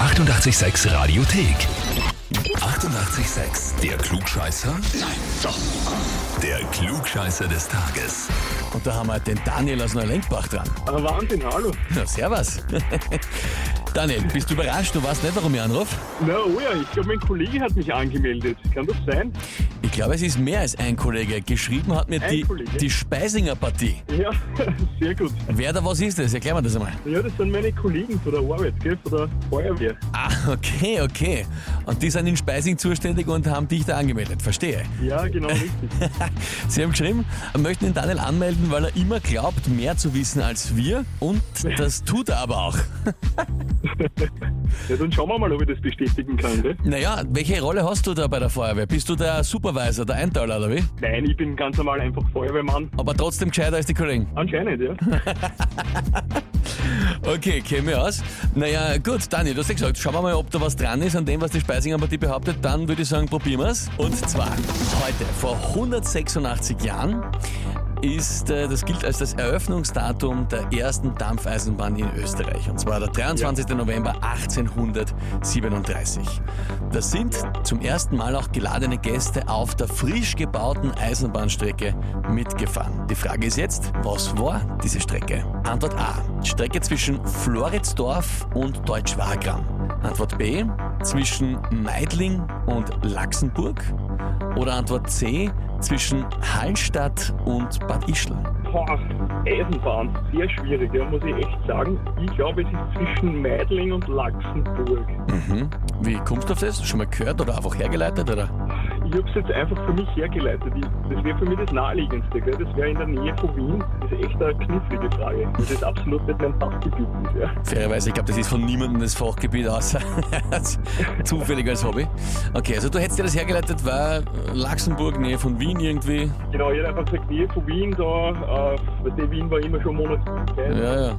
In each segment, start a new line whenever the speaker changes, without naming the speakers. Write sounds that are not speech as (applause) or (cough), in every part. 886 Radiothek. 88,6. Der Klugscheißer? Nein, doch. Der Klugscheißer des Tages.
Und da haben wir den Daniel aus Neulenkbach dran.
Aber Wahnsinn, hallo.
Na, servus. (laughs) Daniel, bist du überrascht? Du weißt nicht, warum ich anrufe?
Na, oh ja, ich glaube, mein Kollege hat mich angemeldet. Kann das sein?
Ich glaube, es ist mehr als ein Kollege. Geschrieben hat mir
Ein
die,
Kollege?
die Speisinger Partie.
Ja, (laughs) sehr gut.
Wer da was ist das? Erklär mir das einmal.
Ja, das sind meine Kollegen von der Arbeit, gell, von der Feuerwehr.
Ah, okay, okay. Und die sind in Speising zuständig und haben dich da angemeldet. Verstehe. (laughs)
Ja, genau richtig.
Sie haben geschrieben, möchten den Daniel anmelden, weil er immer glaubt, mehr zu wissen als wir. Und das tut er aber auch.
Ja, dann schauen wir mal, ob ich das bestätigen kann, gell?
Naja, welche Rolle hast du da bei der Feuerwehr? Bist du der Supervisor, der Einteiler oder wie?
Nein, ich bin ganz normal einfach Feuerwehrmann.
Aber trotzdem gescheiter als die Kollegen.
Anscheinend, ja.
Okay, käme mir aus. Naja, gut, Daniel, du hast ja gesagt, schauen wir mal, ob da was dran ist an dem, was die Speisinger Partie behauptet. Dann würde ich sagen, probieren wir es. Und zwar, heute, vor 186 Jahren, ist, äh, das gilt als das Eröffnungsdatum der ersten Dampfeisenbahn in Österreich. Und zwar der 23. November 1837. Da sind zum ersten Mal auch geladene Gäste auf der frisch gebauten Eisenbahnstrecke mitgefahren. Die Frage ist jetzt, was war diese Strecke? Antwort A. Strecke zwischen Floridsdorf und Deutschwagram. Antwort B. Zwischen Meidling und Laxenburg. Oder Antwort C. Zwischen Hallstatt und Bad Ischl.
Boah, Eisenbahn, sehr schwierig, ja, muss ich echt sagen. Ich glaube, es ist zwischen Meidling und Laxenburg.
Mhm. Wie kommst du auf das? Schon mal gehört oder einfach hergeleitet? Oder?
Ich habe es jetzt einfach für mich hergeleitet. Ich, das wäre für mich das Naheliegendste. Gell? Das wäre in der Nähe von Wien. Das ist echt eine knifflige Frage. Das ist absolut nicht mein Fachgebiet. ist, Ja.
Fairerweise, ich glaube, das ist von niemandem das Fachgebiet, außer (laughs) zufällig als Hobby. Okay, also du hättest dir das hergeleitet, weil Luxemburg, Nähe von Wien irgendwie.
Genau, ich hätte einfach gesagt, Nähe von Wien, da, äh, weißt du, Wien war immer schon monatlich. gell?
Ja, ja.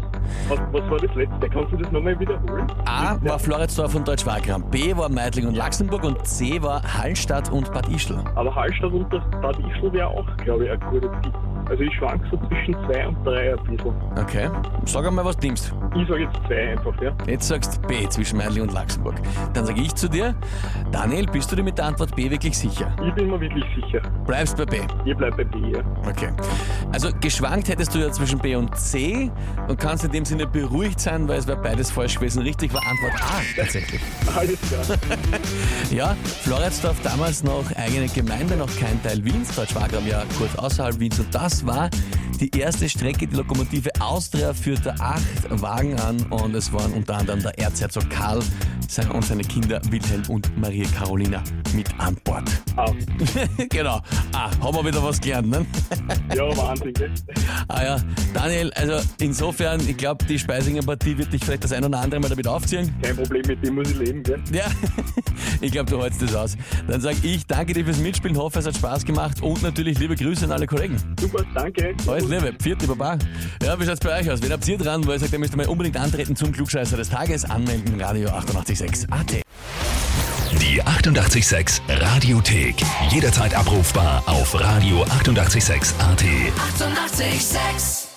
Was, was war das letzte? Kannst du das nochmal wiederholen?
A war Floridsdorf und Deutschwagram, B war Meidling und Luxemburg und C war Hallstatt und Bad Ischl.
Aber Hallstatt und das Bad Ischl wäre auch, glaube ich, ein guter Tipp. Also ich schwank so zwischen zwei und drei ein bisschen.
Okay, sag einmal, was du nimmst.
Ich sage jetzt zwei einfach, ja.
Jetzt sagst du B zwischen Meidling und Luxemburg. Dann sage ich zu dir, Daniel, bist du dir mit der Antwort B wirklich sicher?
Ich bin mir wirklich sicher.
Bleibst bei B.
Ich bleibe bei B, ja.
Okay. Also geschwankt hättest du ja zwischen B und C und kannst in dem Sinne beruhigt sein, weil es wäre beides falsch gewesen. Richtig war Antwort A tatsächlich.
Alles klar.
Ja, Floridsdorf damals noch eigene Gemeinde, noch kein Teil Wiens, Deutschwagram ja kurz außerhalb Wiens und das war die erste Strecke, die Lokomotive Austria führte acht Wagen an und es waren unter anderem der Erzherzog Karl sein- und seine Kinder Wilhelm und Maria Carolina mit an Bord. (laughs)
Ah,
genau. Ah, haben wir wieder was gelernt, ne?
ja, Wahnsinn, gell?
Ah ja, Daniel, also insofern, ich glaube, die Speisinger Partie wird dich vielleicht das ein oder andere Mal damit aufziehen.
Kein Problem, mit dem muss ich leben, gell?
Ja, (laughs) ich glaube, du holst das aus. Dann sage ich danke dir fürs Mitspielen, hoffe, es hat Spaß gemacht und natürlich liebe Grüße an alle Kollegen.
Super, danke.
Alles Liebe, vierte Baba. Ja, wie schaut's bei euch aus? Wen habt ihr dran, wo ihr sagt, ihr müsst mal unbedingt antreten zum Klugscheißer des Tages? Anmelden, Radio 886 AT.
Die 88,6 Radiothek. Jederzeit abrufbar auf radio886.at. 88,6.
886